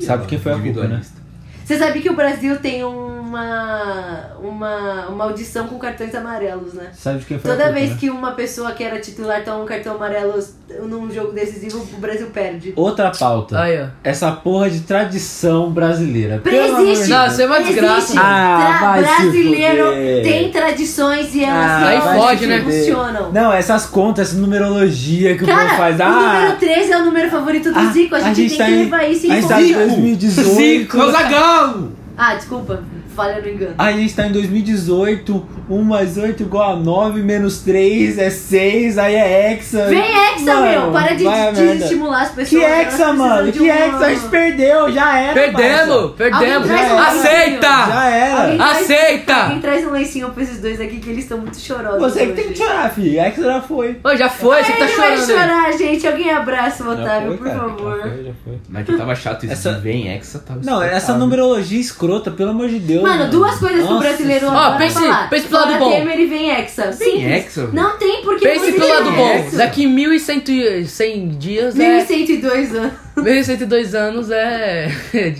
Speaker 2: Sabe quem foi a culpa, né?
Speaker 3: Individualista.
Speaker 1: Você sabe que o Brasil tem uma, uma, uma audição com cartões amarelos, né?
Speaker 2: Sabe de quem foi a
Speaker 1: Toda
Speaker 2: culpa,
Speaker 1: vez
Speaker 2: né?
Speaker 1: que uma pessoa que era titular toma um cartão amarelo num jogo decisivo, o Brasil perde.
Speaker 2: Outra pauta.
Speaker 3: Tá.
Speaker 4: Aí, ó.
Speaker 2: Essa porra de tradição brasileira. Pelo amor
Speaker 1: Existe!
Speaker 2: de
Speaker 4: Não,
Speaker 2: Deus.
Speaker 4: isso é uma
Speaker 1: Existe.
Speaker 4: desgraça.
Speaker 2: Ah,
Speaker 1: Tra-
Speaker 2: vai se
Speaker 1: brasileiro
Speaker 2: fuder.
Speaker 1: tem tradições e elas
Speaker 2: Ah,
Speaker 1: não
Speaker 4: Aí fode, né?
Speaker 1: funcionam.
Speaker 2: Não, essas contas, essa numerologia que o povo
Speaker 1: Cara,
Speaker 2: faz.
Speaker 1: o número
Speaker 2: Ah,
Speaker 1: 3 é o número favorito do
Speaker 2: Ah,
Speaker 1: Zico. A
Speaker 2: a
Speaker 1: gente,
Speaker 2: gente
Speaker 1: tem
Speaker 2: tá
Speaker 1: que
Speaker 2: em-
Speaker 1: levar isso
Speaker 2: a
Speaker 1: em
Speaker 2: gente tá
Speaker 1: conta.
Speaker 2: em 2018.
Speaker 3: Zico, é o Zagallo!
Speaker 1: Ah, desculpa. Falha no engano.
Speaker 2: Aí a gente tá em 2018, 1 mais 8 igual a 9, menos 3 é 6, aí é hexa.
Speaker 1: Vem Hexa,
Speaker 2: Mano,
Speaker 1: meu! Para de,
Speaker 2: vai a
Speaker 1: de
Speaker 2: merda.
Speaker 1: estimular as pessoas.
Speaker 2: Que
Speaker 1: elas
Speaker 2: hexa,
Speaker 1: precisam
Speaker 2: mano?
Speaker 1: de
Speaker 2: Que
Speaker 1: uma-
Speaker 2: hexa? A gente perdeu, já era.
Speaker 4: Perdemos! Perdemos!
Speaker 1: Alguém traz um
Speaker 4: Aceita!
Speaker 2: parça. Já
Speaker 1: Alguém
Speaker 2: era.
Speaker 1: traz-
Speaker 4: Aceita!
Speaker 1: Alguém traz um lencinho pra esses dois aqui que eles estão muito chorosos.
Speaker 2: Você que tem que
Speaker 1: hoje.
Speaker 2: chorar, fi. A hexa já foi.
Speaker 4: Ô, já foi, você
Speaker 1: Ele
Speaker 4: tá
Speaker 1: vai
Speaker 4: chorando. aí.
Speaker 1: chorar, gente. Alguém abraça o
Speaker 2: Já
Speaker 1: Otávio,
Speaker 2: foi,
Speaker 1: por
Speaker 2: cara.
Speaker 1: favor.
Speaker 2: Já foi, já foi.
Speaker 3: Mas que tava chato isso.
Speaker 2: Essa-
Speaker 3: de Vem Hexa, tava
Speaker 2: Não, essa
Speaker 3: insuportável.
Speaker 2: numerologia escrota, pelo amor de Deus.
Speaker 1: Mano, duas coisas que o
Speaker 2: Nossa
Speaker 1: brasileiro
Speaker 2: senhora.
Speaker 1: adora
Speaker 4: Ó, pense-
Speaker 1: falar.
Speaker 4: pense pro lado
Speaker 1: Fora
Speaker 4: bom.
Speaker 1: Temer e vem Hexa. Sim.
Speaker 3: hexa, velho.
Speaker 1: Não tem porque
Speaker 4: Pense
Speaker 1: você
Speaker 4: pelo lado
Speaker 1: tem
Speaker 4: bom.
Speaker 1: Hexa.
Speaker 4: Daqui 1100 e- 100 dias é.
Speaker 1: 1102 anos.
Speaker 4: 1102 anos é.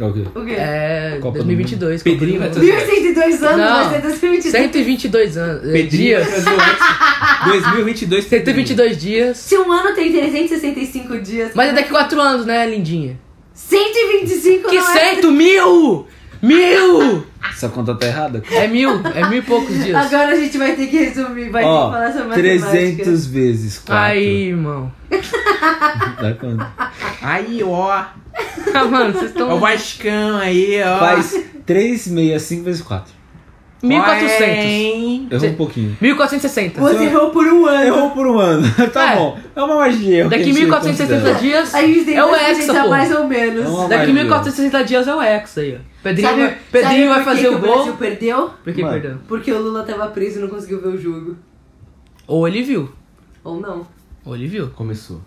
Speaker 2: É o quê?
Speaker 1: O quê?
Speaker 4: É.
Speaker 2: Copa do
Speaker 4: 2022. Copa do
Speaker 3: Pedrinho vai
Speaker 4: Mundo.
Speaker 3: trazer o Hexa.
Speaker 1: 1102 anos,
Speaker 4: Não.
Speaker 1: vai ser 2022.
Speaker 4: 122 anos. eh,
Speaker 3: Pedrinho é vai
Speaker 4: Dias.
Speaker 3: trazer o Hexa. 2022
Speaker 4: 122 dias.
Speaker 1: Se um ano tem 365 dias.
Speaker 4: Mas é daqui 4 anos, né, lindinha?
Speaker 1: 125
Speaker 4: Que
Speaker 1: não é-
Speaker 4: 100? Mil! Mil!
Speaker 2: Essa conta tá errada. cara.
Speaker 4: É mil, é mil e poucos dias.
Speaker 1: Agora a gente vai ter que resumir, vai ter
Speaker 2: Ó,
Speaker 1: que falar sobre
Speaker 4: é
Speaker 1: matemática.
Speaker 2: 300 vezes 4.
Speaker 4: Aí, irmão.
Speaker 2: Dá quanto?
Speaker 3: Aí, ó.
Speaker 4: Ah, mano, vocês
Speaker 3: Ó o
Speaker 4: estão.
Speaker 3: Vascão aí, ó. é?
Speaker 2: Faz 365 vezes 4.
Speaker 4: 1400.
Speaker 2: Errou
Speaker 4: Cê-
Speaker 2: um pouquinho.
Speaker 4: 1460.
Speaker 1: Você errou por um ano.
Speaker 2: Errou por um ano. tá
Speaker 4: É.
Speaker 2: bom. É uma margem de erro. que a
Speaker 4: Daqui
Speaker 2: gente
Speaker 4: 1460
Speaker 2: considera.
Speaker 4: dias
Speaker 1: A gente tem
Speaker 4: é o
Speaker 1: que
Speaker 4: Hexa,
Speaker 1: aceitar
Speaker 4: pô.
Speaker 1: mais ou menos.
Speaker 2: Não,
Speaker 4: Daqui
Speaker 2: Vai, meu.
Speaker 4: 1460 dias é o Hexa aí, ó. Pedrinho,
Speaker 1: Sabe-
Speaker 4: vai, Pedrinho
Speaker 1: sabe
Speaker 4: vai
Speaker 1: por que
Speaker 4: fazer o
Speaker 1: que O Brasil
Speaker 4: gol.
Speaker 1: perdeu?
Speaker 4: Por que
Speaker 2: Mano.
Speaker 4: perdeu?
Speaker 1: Porque o Lula tava preso e não conseguiu ver o jogo.
Speaker 4: Ou ele viu.
Speaker 1: Ou não.
Speaker 4: Ou ele viu.
Speaker 3: Começou.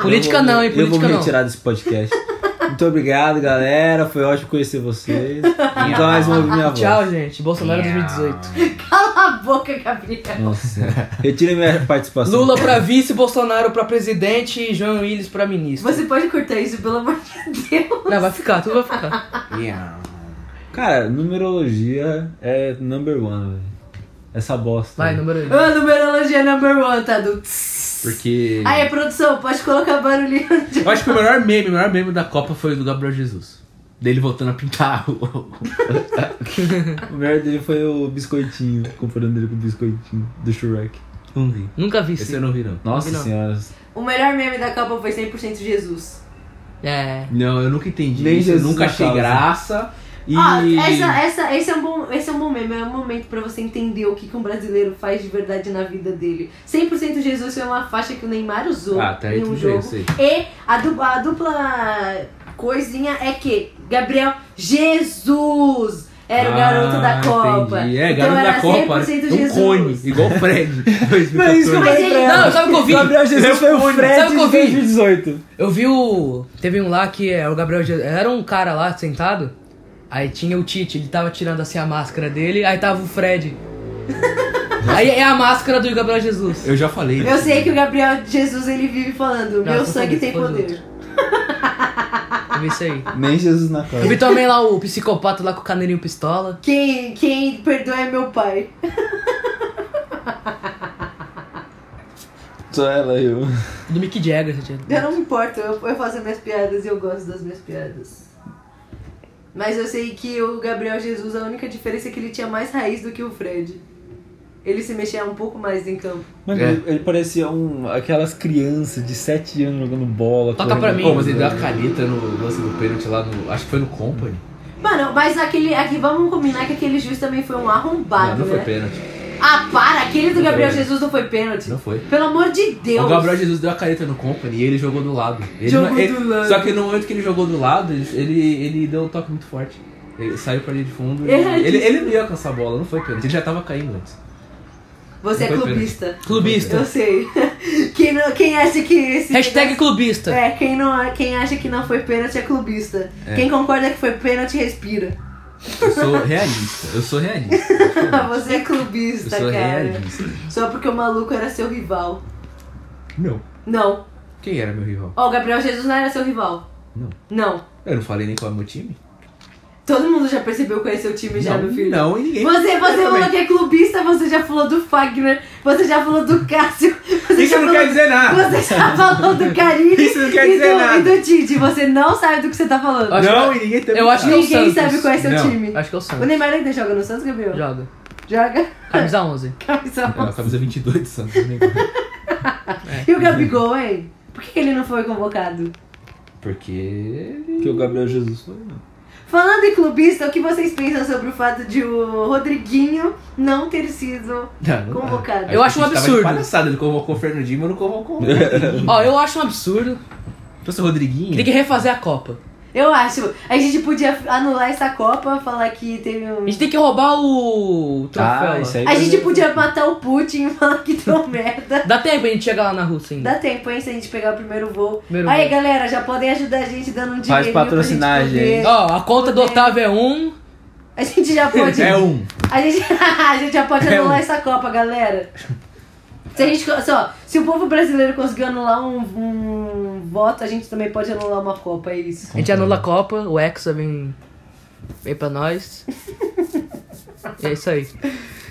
Speaker 4: Política
Speaker 2: Eu vou-
Speaker 4: não, hein?
Speaker 2: Eu vou
Speaker 4: Política
Speaker 2: me
Speaker 4: não.
Speaker 2: retirar desse podcast. Muito obrigado, galera. Foi ótimo conhecer vocês. Nunca mais vou ouvir minha voz.
Speaker 4: Tchau, gente. Bolsonaro
Speaker 3: Miau.
Speaker 4: 2018.
Speaker 1: Cala a boca, Gabriel.
Speaker 2: Nossa. Retire minha participação.
Speaker 4: Lula pra vice, Bolsonaro pra presidente e João Willis pra ministro.
Speaker 1: Você pode cortar isso, pelo amor de Deus.
Speaker 4: Não, vai ficar, tudo vai ficar.
Speaker 3: Yeah.
Speaker 2: Cara, numerologia é number one, velho. Essa bosta.
Speaker 4: Vai,
Speaker 2: velho.
Speaker 4: número 1.
Speaker 1: Ah, numerologia number one, tá do...
Speaker 3: Porque.
Speaker 1: Aí, produção, pode colocar barulhinho. de-
Speaker 3: Eu acho que o melhor meme, o melhor meme da Copa foi o do Gabriel Jesus. Dele voltando a pintar o.
Speaker 2: O melhor dele foi o biscoitinho. Comparando ele com o biscoitinho do Shrek.
Speaker 3: Não vi.
Speaker 4: Nunca vi
Speaker 3: Esse
Speaker 4: isso.
Speaker 3: eu não vi, não.
Speaker 2: Nossa
Speaker 4: Não.
Speaker 2: senhora.
Speaker 1: O melhor meme da Copa foi 100% Jesus.
Speaker 4: É.
Speaker 3: Não, eu nunca entendi.
Speaker 2: Nem
Speaker 3: isso,
Speaker 2: Jesus
Speaker 3: eu nunca
Speaker 2: na
Speaker 3: achei
Speaker 2: causa.
Speaker 3: graça. E.
Speaker 1: Ó, Ah, essa, essa, esse, é um bom, esse é um bom meme, é um momento pra você entender o que, que um brasileiro faz de verdade na vida dele. 100% Jesus foi uma faixa que o Neymar usou
Speaker 3: Ah, tá aí
Speaker 1: em um
Speaker 3: tudo
Speaker 1: jogo.
Speaker 3: bem, eu sei.
Speaker 1: E a dupla, a dupla coisinha é que Gabriel Jesus era o
Speaker 3: Ah,
Speaker 1: garoto da Copa.
Speaker 3: entendi. É, garoto
Speaker 1: então
Speaker 3: da
Speaker 1: era
Speaker 3: Copa.
Speaker 1: 100%
Speaker 3: Um
Speaker 1: Jesus.
Speaker 3: cone, igual o Fred. 2014.
Speaker 2: Não é isso que eu
Speaker 1: Mas
Speaker 2: falei
Speaker 1: ele-
Speaker 2: pra ela.
Speaker 4: Não, sabe o que eu vi?
Speaker 2: Gabriel Jesus foi o Fred
Speaker 4: Sabe o que eu
Speaker 2: de
Speaker 4: vi?
Speaker 2: 2018.
Speaker 4: Eu vi o. Teve um lá que é o Gabriel. Jesus- Era um cara lá sentado. Aí tinha o Tite, ele tava tirando assim a máscara dele, aí tava o Fred. aí é a máscara do Gabriel Jesus.
Speaker 3: Eu já falei.
Speaker 1: Eu sei que o Gabriel Jesus ele vive falando:
Speaker 4: Não,
Speaker 1: Meu
Speaker 4: foi
Speaker 1: sangue
Speaker 4: outro,
Speaker 1: tem
Speaker 4: foi
Speaker 1: poder.
Speaker 4: Eu vi isso aí.
Speaker 2: Nem Jesus na cara.
Speaker 4: Eu vi também lá o psicopata lá com o canelinho pistola.
Speaker 1: Quem, quem perdoa é meu pai.
Speaker 2: Só ela e eu.
Speaker 4: Do Mick Jagger, você tinha.
Speaker 1: Eu não me importo, eu, eu faço as minhas piadas e eu gosto das minhas piadas. Mas eu sei que o Gabriel Jesus, a única diferença é que ele tinha mais raiz do que o Fred. Ele se mexia um pouco mais em campo.
Speaker 2: Mano,
Speaker 3: É.
Speaker 2: ele, ele parecia um, aquelas crianças de 7 anos jogando bola.
Speaker 4: Toca
Speaker 2: correndo.
Speaker 4: pra mim.
Speaker 3: Pô, mas ele deu a caneta no lance do pênalti lá no. Acho que foi no Company.
Speaker 1: Mano, mas aquele. Aqui, vamos combinar que aquele juiz também foi um
Speaker 3: Não,
Speaker 1: arrombado,
Speaker 3: não foi
Speaker 1: né?
Speaker 3: pênalti.
Speaker 1: Ah, para! Aquele do
Speaker 3: Não foi
Speaker 1: Gabriel
Speaker 3: pênalti.
Speaker 1: Jesus não foi pênalti.
Speaker 3: Não foi.
Speaker 1: Pelo amor de Deus!
Speaker 3: O Gabriel Jesus deu a caneta no Company e ele jogou do lado. Ele
Speaker 1: Jogou
Speaker 3: não- ele-
Speaker 1: do lado.
Speaker 3: Só que no momento que ele jogou do lado, ele, ele deu um toque muito forte. Ele saiu pra linha de fundo e
Speaker 1: Erradíssimo.
Speaker 3: ele, ele não ia alcançar a bola, não foi pênalti. Ele já tava caindo antes.
Speaker 1: Você é
Speaker 3: Não foi
Speaker 1: clubista. Eu
Speaker 4: Clubista.
Speaker 1: sei. Quem, não, quem acha que esse.
Speaker 4: Hashtag clubista.
Speaker 1: É, quem, não, quem acha que não foi pênalti é clubista. Quem concorda que foi pênalti, respira.
Speaker 3: Eu sou realista. Eu sou realista.
Speaker 1: Você é
Speaker 3: Eu
Speaker 1: clubista,
Speaker 3: sou
Speaker 1: cara.
Speaker 3: realista.
Speaker 1: Só porque o maluco era seu rival.
Speaker 3: Não.
Speaker 1: Não.
Speaker 3: Quem era meu rival?
Speaker 1: Ó, o Gabriel Jesus não era seu rival.
Speaker 3: Não.
Speaker 1: Não.
Speaker 3: Eu não falei nem qual é o meu time.
Speaker 1: Todo mundo já percebeu qual é seu time já,
Speaker 3: não,
Speaker 1: meu filho.
Speaker 3: não, e ninguém.
Speaker 1: Você, você
Speaker 3: também.
Speaker 1: falou que é clubista, você já falou do Fagner, você já falou do Cássio, você
Speaker 3: Isso
Speaker 1: já
Speaker 3: não
Speaker 1: falou-
Speaker 3: quer dizer nada.
Speaker 1: Você já falou do Carini
Speaker 3: Isso não quer
Speaker 1: e,
Speaker 3: dizer
Speaker 1: do,
Speaker 3: nada.
Speaker 1: e do Didi. Você não sabe do que você tá falando.
Speaker 4: Acho
Speaker 3: Não,
Speaker 4: que-
Speaker 3: e ninguém também.
Speaker 4: eu acho que- é
Speaker 1: Ninguém
Speaker 4: o Santos.
Speaker 1: sabe qual é seu
Speaker 3: Não,
Speaker 1: time.
Speaker 4: Acho que é o
Speaker 1: O
Speaker 4: Santos.
Speaker 1: Neymar ainda joga no Santos, Gabriel?
Speaker 4: Joga.
Speaker 1: Joga. Tá
Speaker 4: Camisa 11.
Speaker 1: Camisa
Speaker 3: É, a camisa 22 de Santos. né?
Speaker 1: E o Gabigol, hein? Por que que ele não foi convocado?
Speaker 3: Porque ele
Speaker 2: Que o Gabriel Jesus foi, né? não.
Speaker 1: Falando em clubista, o que vocês pensam sobre o fato de o Rodriguinho não ter sido
Speaker 3: Não, não dá.
Speaker 1: convocado?
Speaker 4: Eu acho um
Speaker 3: A gente tava de
Speaker 4: absurdo.
Speaker 3: palhaçada, ele convocou o Fernandinho, mas não convocou o Rodriguinho.
Speaker 4: Ó, eu acho um absurdo.
Speaker 3: Se fosse o Rodriguinho...
Speaker 4: Tem que refazer a Copa.
Speaker 1: Eu acho. A gente podia anular essa Copa, falar que teve um.
Speaker 4: A gente tem que roubar o troféu.
Speaker 2: Ah,
Speaker 4: lá.
Speaker 2: isso aí.
Speaker 1: A gente podia matar o Putin e falar que deu merda.
Speaker 4: Dá tempo a gente chegar lá na Rússia ainda.
Speaker 1: Dá tempo, hein, se a gente pegar o primeiro voo.
Speaker 4: Primeiro
Speaker 1: Aí,
Speaker 4: gol.
Speaker 1: galera, já podem ajudar a gente dando um dinheirinho
Speaker 2: patrocinar
Speaker 1: pra
Speaker 2: a
Speaker 1: gente
Speaker 2: gente.
Speaker 1: poder-
Speaker 4: Ó, a conta do Otávio é um.
Speaker 1: A gente já pode...
Speaker 3: É um.
Speaker 1: A gente, a gente já pode anular
Speaker 4: É um
Speaker 1: essa Copa, galera. Se a gente... co- Só, se o povo brasileiro conseguiu anular um, um voto, a gente também pode anular uma Copa, é isso.
Speaker 4: A gente anula
Speaker 2: Uhum.
Speaker 4: a Copa, o Hexa vem. vem pra nós. É isso aí.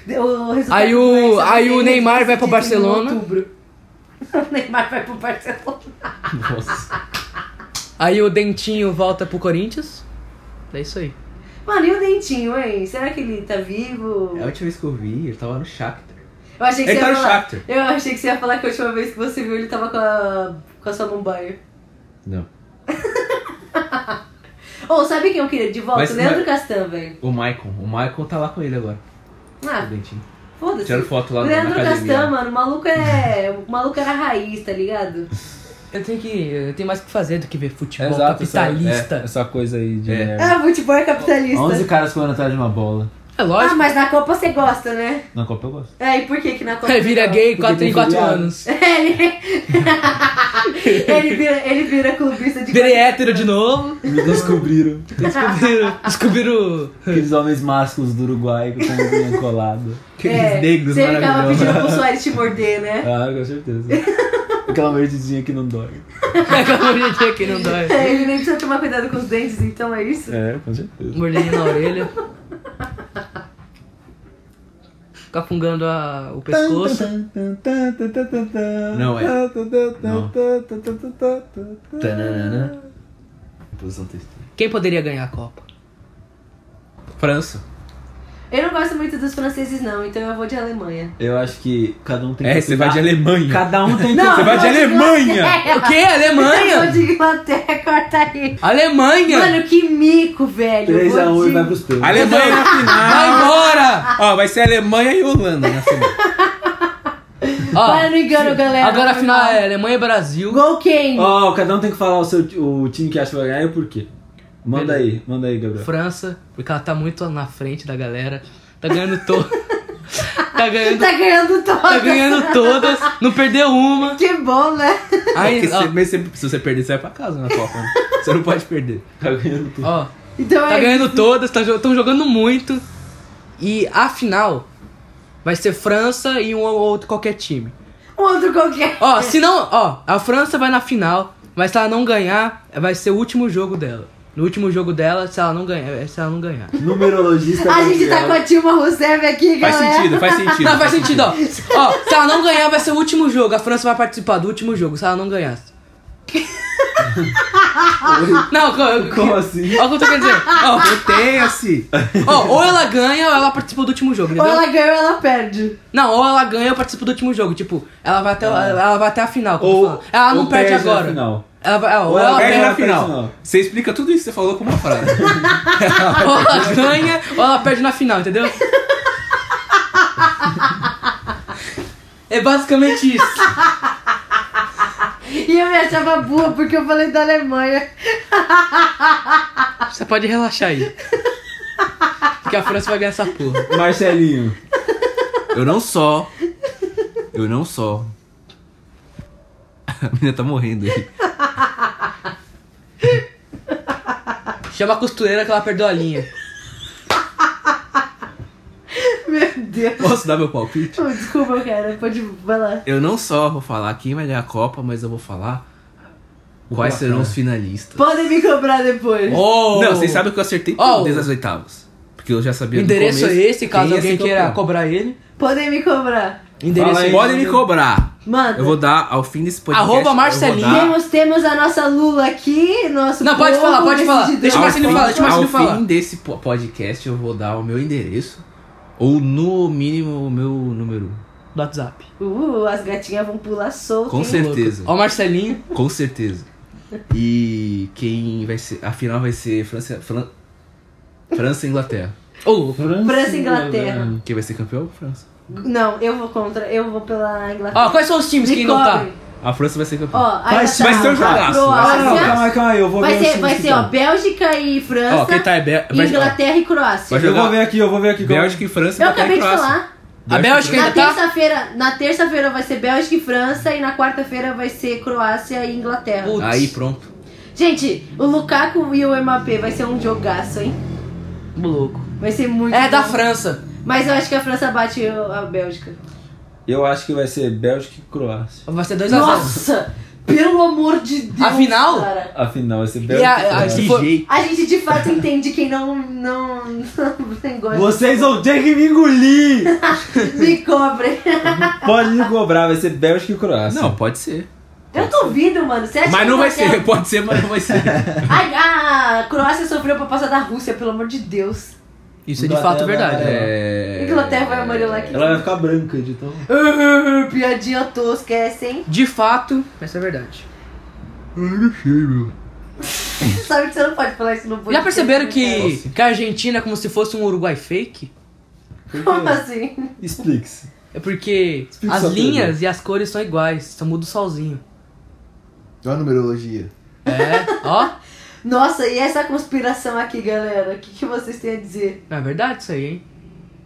Speaker 1: O resultado
Speaker 4: Aí o-
Speaker 1: do Hexa vai
Speaker 4: aí
Speaker 1: ser
Speaker 4: o Neymar vai
Speaker 1: decidido
Speaker 4: pro
Speaker 1: em
Speaker 4: Barcelona.
Speaker 1: outubro. O Neymar vai pro Barcelona.
Speaker 3: Nossa.
Speaker 4: Aí o Dentinho volta pro Corinthians. É isso aí.
Speaker 1: Mano, e o Dentinho, hein? Será que ele tá vivo?
Speaker 3: É a última vez que eu vi, ele tava no Shakhtar.
Speaker 1: Eu achei que
Speaker 3: Ele
Speaker 1: você
Speaker 3: tá
Speaker 1: ia
Speaker 3: no
Speaker 1: falar...
Speaker 3: Shakhtar.
Speaker 1: Eu achei que você ia falar que a última vez que você viu ele tava com a, com a sua Mumbai.
Speaker 2: Não.
Speaker 1: Ô, sabe quem eu queria de volta?
Speaker 3: Mas-
Speaker 1: Leandro
Speaker 3: mas-
Speaker 1: Castan, velho.
Speaker 3: O Maicon. O Maicon tá lá com ele agora, o
Speaker 1: Ah,
Speaker 3: Dentinho.
Speaker 1: foda-se.
Speaker 3: Tiraram foto lá na-
Speaker 1: Leandro
Speaker 3: na academia.
Speaker 1: Castan, mano, o maluco é. O maluco era raiz, tá ligado?
Speaker 4: Eu tenho que. Eu tenho mais o que fazer do que ver futebol
Speaker 2: Exato, essa-
Speaker 4: capitalista.
Speaker 2: é, Essa coisa aí de.
Speaker 3: É.
Speaker 2: merda.
Speaker 1: Ah, futebol é capitalista.
Speaker 2: 11 caras correndo atrás de uma bola.
Speaker 4: É,
Speaker 1: Ah,
Speaker 4: lógico.
Speaker 1: mas na Copa você gosta, né?
Speaker 2: Na Copa eu gosto.
Speaker 1: É, e por que que na Copa.
Speaker 4: Ele
Speaker 1: você
Speaker 4: vira
Speaker 1: gosta?
Speaker 4: gay 4 em
Speaker 2: tem
Speaker 4: 4
Speaker 2: filiado.
Speaker 4: anos.
Speaker 1: ele, vira, ele vira clubista de. É,
Speaker 4: Vira hétero de novo.
Speaker 2: Me descobriram.
Speaker 4: Descobriram. Descobriram.
Speaker 2: Aqueles homens másculos do Uruguai com unha colada.
Speaker 3: Aqueles negros
Speaker 1: É, Você ficava
Speaker 3: maravilhosos.
Speaker 1: pedindo pro Soares te morder, né?
Speaker 2: Ah, com certeza. Aquela mordidinha que não dói.
Speaker 4: Aquela mordidinha que não dói.
Speaker 1: É, Ele nem precisa tomar cuidado com os dentes, então é isso.
Speaker 2: É, com certeza.
Speaker 4: Mordidinha na orelha. Ficar fungando a- o pescoço.
Speaker 3: Não, é. Não.
Speaker 2: é.
Speaker 3: Tananana. Posição textil.
Speaker 4: Quem poderia ganhar a Copa?
Speaker 3: França.
Speaker 1: Eu não gosto muito dos franceses, não, então eu vou de Alemanha.
Speaker 2: Eu acho que cada um tem
Speaker 3: É, você vai de Alemanha.
Speaker 2: Cada um
Speaker 4: Então
Speaker 2: tem que.
Speaker 1: Não,
Speaker 3: Você vai de
Speaker 1: eu vou
Speaker 3: Alemanha!
Speaker 1: Inglaterra.
Speaker 4: O quê?
Speaker 1: É Eu vou
Speaker 4: Alemanha?
Speaker 1: de Inglaterra, corta aí.
Speaker 4: Alemanha!
Speaker 1: Mano, que mico, velho. Eu vou
Speaker 2: 3x1
Speaker 1: de-
Speaker 2: e um, vai pros pênaltis.
Speaker 3: Alemanha na
Speaker 4: Vai
Speaker 3: final.
Speaker 4: embora!
Speaker 3: Ó, vai ser Alemanha e Holanda na final.
Speaker 1: Para,
Speaker 4: Ó,
Speaker 1: não engano, galera.
Speaker 4: Tá. agora a
Speaker 1: Foi
Speaker 4: final
Speaker 1: mal.
Speaker 4: é Alemanha e Brasil.
Speaker 1: Gol quem?
Speaker 2: Ó, cada um tem que falar o, seu, o time que acha que vai ganhar e o porquê. Manda aí, manda aí, Gabriel.
Speaker 4: França, porque ela tá muito na frente da galera. Tá ganhando todo. tá ganhando.
Speaker 1: Tá ganhando todas.
Speaker 4: Tá ganhando todas, não perdeu uma.
Speaker 1: Que bom, né?
Speaker 3: É
Speaker 4: Aí,
Speaker 3: que
Speaker 4: ó,
Speaker 3: sempre- sempre- se você perder, você vai pra casa na Copa. né? Você não pode perder.
Speaker 2: Tá ganhando tudo.
Speaker 4: ó,
Speaker 1: Então
Speaker 4: tá
Speaker 1: é
Speaker 4: ganhando todas, estão jogando muito. E a final vai ser França e um ou outro qualquer time.
Speaker 1: um outro qualquer.
Speaker 4: Ó, se não, ó, a França vai na final, mas se ela não ganhar, vai ser o último jogo dela. No último jogo dela, se ela não ganhar, se ela não ganhar.
Speaker 2: Numerologista.
Speaker 1: A gente tá com
Speaker 2: Gabriel.
Speaker 1: a Dilma Rousseff aqui,
Speaker 3: Faz
Speaker 1: galera.
Speaker 3: sentido, faz sentido.
Speaker 4: Não, faz sentido, ó. Ó, se ela não ganhar, vai ser o último jogo. A França vai participar do último jogo, se ela não ganhar. Não, co-
Speaker 2: Como assim?
Speaker 4: Ó, o que eu tô querendo dizer. Ó,
Speaker 3: Tenha-se!
Speaker 4: Ó, ou ela ganha ou ela participa do último jogo,
Speaker 1: Ou
Speaker 4: entendeu?
Speaker 1: ela ganha ou ela perde.
Speaker 4: Não, ou ela ganha ou participa do último jogo. Tipo, ela vai até, ela, ela vai até a final. como eu tô
Speaker 2: Ou,
Speaker 4: falando. ela não
Speaker 2: ou
Speaker 4: perde,
Speaker 2: na
Speaker 4: agora.
Speaker 2: final.
Speaker 4: Ela vai, ó, ou,
Speaker 2: Ou
Speaker 4: ela
Speaker 2: ela
Speaker 3: Perde
Speaker 4: perde,
Speaker 3: na
Speaker 2: final.
Speaker 3: final. Você explica tudo isso que você falou com uma frase.
Speaker 4: ou ela ganha ou ela perde na final, entendeu? É basicamente isso.
Speaker 1: E eu me achava burra porque eu falei da Alemanha.
Speaker 4: Você pode relaxar aí. Porque a França vai ganhar essa porra.
Speaker 2: Marcelinho.
Speaker 3: Eu não só. Eu não só. A menina tá morrendo aí.
Speaker 4: Chama a costureira que ela perdeu a linha.
Speaker 1: Meu Deus.
Speaker 3: Posso dar meu palpite?
Speaker 1: Oh, Desculpa, cara. Pode. Vai lá.
Speaker 3: Eu não só vou falar quem vai ganhar a Copa, mas eu vou falar quais
Speaker 2: placar.
Speaker 3: serão os finalistas.
Speaker 1: Podem me cobrar depois.
Speaker 4: Oh,
Speaker 3: Não, vocês sabem que eu acertei
Speaker 4: Oh.
Speaker 3: todas as oitavas. Porque eu já
Speaker 4: O
Speaker 3: sabia
Speaker 4: endereço
Speaker 3: no
Speaker 4: é
Speaker 3: começo.
Speaker 4: esse, caso
Speaker 3: quem ia
Speaker 4: alguém
Speaker 3: ser
Speaker 4: queira
Speaker 3: campeão.
Speaker 4: cobrar ele.
Speaker 1: Podem me cobrar.
Speaker 4: Endereço
Speaker 2: Fala aí.
Speaker 4: é
Speaker 3: Podem me cobrar.
Speaker 1: Mano.
Speaker 3: Eu vou dar ao fim desse podcast.
Speaker 4: Arroba
Speaker 3: eu vou
Speaker 4: Marcelinho.
Speaker 3: dar-
Speaker 1: Temos, temos a nossa Lula aqui, nosso.
Speaker 4: Não, pode
Speaker 1: povo
Speaker 4: falar, pode falar.
Speaker 1: decididão.
Speaker 4: Deixa o
Speaker 3: Ao
Speaker 4: Marcelinho
Speaker 3: fim-
Speaker 4: falar, deixa o Marcelinho falar.
Speaker 3: Ao fim desse po- podcast eu vou dar o meu endereço. Ou no mínimo o meu número.
Speaker 4: do WhatsApp.
Speaker 1: Uh, as gatinhas vão pular soltas.
Speaker 3: Com
Speaker 1: hein?
Speaker 3: certeza.
Speaker 4: Ó, o Marcelinho.
Speaker 3: Com certeza. E quem vai ser. A final vai ser França. Fran- França e Inglaterra.
Speaker 4: Ô, louco.
Speaker 1: França e Inglaterra.
Speaker 3: Quem vai ser campeão? França.
Speaker 1: Não, eu vou contra, eu vou pela Inglaterra.
Speaker 4: Ó, quais são os times que não tá?
Speaker 1: Cobre.
Speaker 3: A França vai ser
Speaker 1: Ó,
Speaker 3: campeão.
Speaker 1: a
Speaker 3: vai,
Speaker 1: Inglaterra
Speaker 3: vai ser um
Speaker 1: vai
Speaker 3: jogaço.
Speaker 1: pro
Speaker 3: vai ser-
Speaker 2: Ah, não,
Speaker 1: Ásia.
Speaker 2: calma aí, calma aí, eu vou
Speaker 1: Vai
Speaker 2: ver os
Speaker 1: ser,
Speaker 2: times
Speaker 1: vai
Speaker 2: que
Speaker 1: ser,
Speaker 2: tá.
Speaker 1: ó, Bélgica e França,
Speaker 3: Ó, quem tá é Bé- vai-
Speaker 1: Inglaterra e Croácia.
Speaker 3: Vai
Speaker 2: Eu
Speaker 3: jogar-
Speaker 2: vou ver aqui, eu vou ver aqui. calma aí.
Speaker 3: Bélgica e França. e
Speaker 1: Eu
Speaker 3: Inglaterra
Speaker 1: acabei
Speaker 3: e
Speaker 1: de
Speaker 3: Croácia.
Speaker 1: falar.
Speaker 4: A Bélgica
Speaker 1: Na
Speaker 4: ainda tá?
Speaker 1: terça-feira, na terça-feira vai ser Bélgica e França e na quarta-feira vai ser Croácia e Inglaterra.
Speaker 4: Putz.
Speaker 3: Aí, pronto.
Speaker 1: Gente, o Lukaku e o MAP vai ser um jogaço, hein?
Speaker 4: Ô, louco.
Speaker 1: Vai ser muito
Speaker 4: É da
Speaker 1: bom.
Speaker 4: França.
Speaker 1: Mas eu acho que a França bate o- a Bélgica.
Speaker 2: Eu acho que vai ser Bélgica e Croácia.
Speaker 4: Vai ser 2x0.
Speaker 1: Nossa! Pelo amor de Deus!
Speaker 4: Afinal?
Speaker 1: cara.
Speaker 2: Afinal, vai ser
Speaker 4: E
Speaker 2: Bélgica
Speaker 4: a, a,
Speaker 2: Croácia.
Speaker 4: se for,
Speaker 1: A gente de fato entende quem não. não. não gosta.
Speaker 2: Vocês vão ter que me engolir!
Speaker 1: Me cobre!
Speaker 2: Pode me cobrar, vai ser Bélgica e Croácia.
Speaker 3: Não, pode ser.
Speaker 1: Eu duvido, mano. Você acha
Speaker 3: Mas
Speaker 1: que
Speaker 3: não vai
Speaker 1: Inglaterra-
Speaker 3: ser. Pode ser, mas não vai ser.
Speaker 1: Ai, A, Croácia sofreu pra passar da Rússia, pelo amor de Deus.
Speaker 4: isso é de fato verdade. né?
Speaker 3: É...
Speaker 1: Inglaterra vai morrer lá aqui.
Speaker 2: Ela vai ficar branca de tão.
Speaker 1: Ah, piadinha tosca é assim. essa, hein?
Speaker 4: Uhum. De fato, essa é verdade.
Speaker 1: Você sabe que você não pode falar isso no podcast.
Speaker 4: Já perceberam
Speaker 1: né,
Speaker 4: que, que a Argentina é como se fosse um Uruguai fake?
Speaker 1: cara? Como assim?
Speaker 2: Explique-se.
Speaker 4: É porque
Speaker 2: Explica
Speaker 4: as
Speaker 2: só, Pedro.
Speaker 4: linhas e as cores são iguais, só muda o solzinho.
Speaker 7: Olha a numerologia.
Speaker 4: É, ó.
Speaker 1: Nossa, e essa conspiração aqui, galera? O que, que vocês têm a dizer?
Speaker 4: Não é verdade isso aí, hein?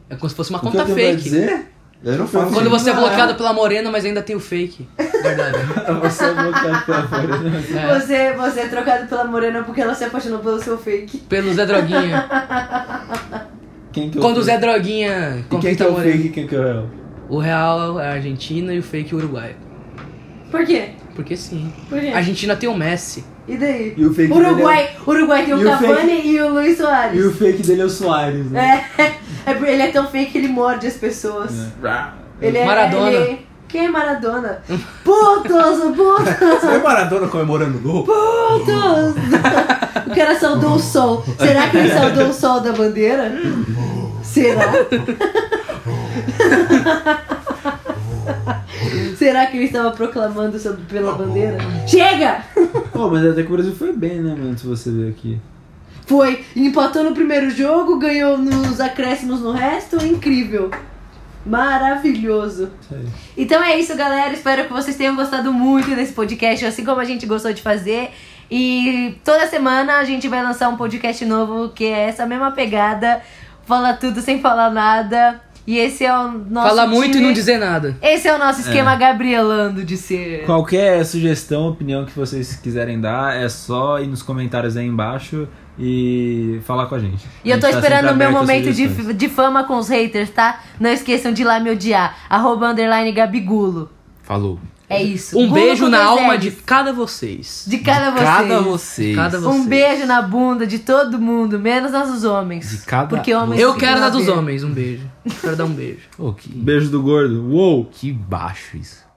Speaker 4: É como se fosse uma
Speaker 2: O que
Speaker 4: conta
Speaker 2: eu tenho pra
Speaker 4: fake.
Speaker 2: dizer?
Speaker 7: Eu não faço.
Speaker 4: Quando você é
Speaker 2: Ah.
Speaker 4: bloqueado pela morena, mas ainda tem o fake. Verdade.
Speaker 2: Você é bloqueado pela fora. né?
Speaker 4: É,
Speaker 1: Você, você é trocado pela Morena porque ela se apaixonou pelo seu fake.
Speaker 4: pelo Zé Droguinha.
Speaker 2: Quem que eu
Speaker 4: Quando o
Speaker 2: fui?
Speaker 4: Zé Droguinha
Speaker 2: E quem que
Speaker 4: conquista
Speaker 2: é
Speaker 4: a
Speaker 2: o
Speaker 4: morena.
Speaker 2: fake e quem que é o real?
Speaker 4: O real é a Argentina e o fake é o Uruguai.
Speaker 1: Por quê?
Speaker 4: Porque sim.
Speaker 1: Por quê?
Speaker 4: A Argentina tem o Messi.
Speaker 1: E daí?
Speaker 2: E o fake né?
Speaker 1: Uruguai, Uruguai tem o
Speaker 2: E o
Speaker 1: Cavani e o Luiz Soares.
Speaker 2: dele é... E o fake dele é o Soares, né?
Speaker 1: É, é porque ele é tão fake que ele morde as pessoas. Ele é,
Speaker 4: Maradona.
Speaker 1: ele- Quem é Maradona? Putos,
Speaker 4: É.
Speaker 1: putos,
Speaker 3: Foi Maradona comemorando o gol?
Speaker 1: putos! O cara saudou o sol. Será que ele saudou o sol da bandeira? Será? Será que ele estava proclamando sobre- pela bandeira? Chega!
Speaker 2: Pô, mas até que o Brasil foi bem, né, mano? Se você ver aqui.
Speaker 1: Foi, empatou no primeiro jogo, ganhou nos acréscimos no resto, incrível. Maravilhoso.
Speaker 2: Isso aí.
Speaker 1: Então é isso, galera. Espero que vocês tenham gostado muito desse podcast, assim como a gente gostou de fazer. E toda semana a gente vai lançar um podcast novo que é essa mesma pegada. Fala tudo sem falar nada. E esse é o nosso.
Speaker 4: Fala muito e
Speaker 1: time.
Speaker 4: não dizer nada.
Speaker 1: Esse é o nosso esquema Gabrielando de ser.
Speaker 2: Qualquer sugestão, opinião que vocês quiserem dar, é só ir nos comentários aí embaixo e falar com a gente.
Speaker 1: E eu tô
Speaker 2: A gente tá
Speaker 1: esperando o
Speaker 2: sempre
Speaker 1: meu
Speaker 2: aberto a
Speaker 1: momento
Speaker 2: sugestões.
Speaker 1: de, de fama com os haters, tá? Não esqueçam de ir lá me odiar. Arroba underline Gabigulo.
Speaker 3: Falou.
Speaker 1: É isso.
Speaker 4: Um
Speaker 1: Gulo
Speaker 4: beijo
Speaker 1: com
Speaker 4: na
Speaker 1: dois
Speaker 4: alma
Speaker 1: L's.
Speaker 4: de cada vocês.
Speaker 1: De cada vocês.
Speaker 3: Cada vocês.
Speaker 4: Cada vocês.
Speaker 1: Um beijo na bunda de todo mundo, menos nas dos homens.
Speaker 3: De cada um.
Speaker 1: Porque homens
Speaker 4: Eu
Speaker 1: ficam
Speaker 4: quero
Speaker 1: na
Speaker 4: dar dos
Speaker 1: beira.
Speaker 4: homens um beijo. Quero dar um beijo.
Speaker 3: Ô, que,
Speaker 2: Beijo do gordo. Uou!
Speaker 3: que baixo isso.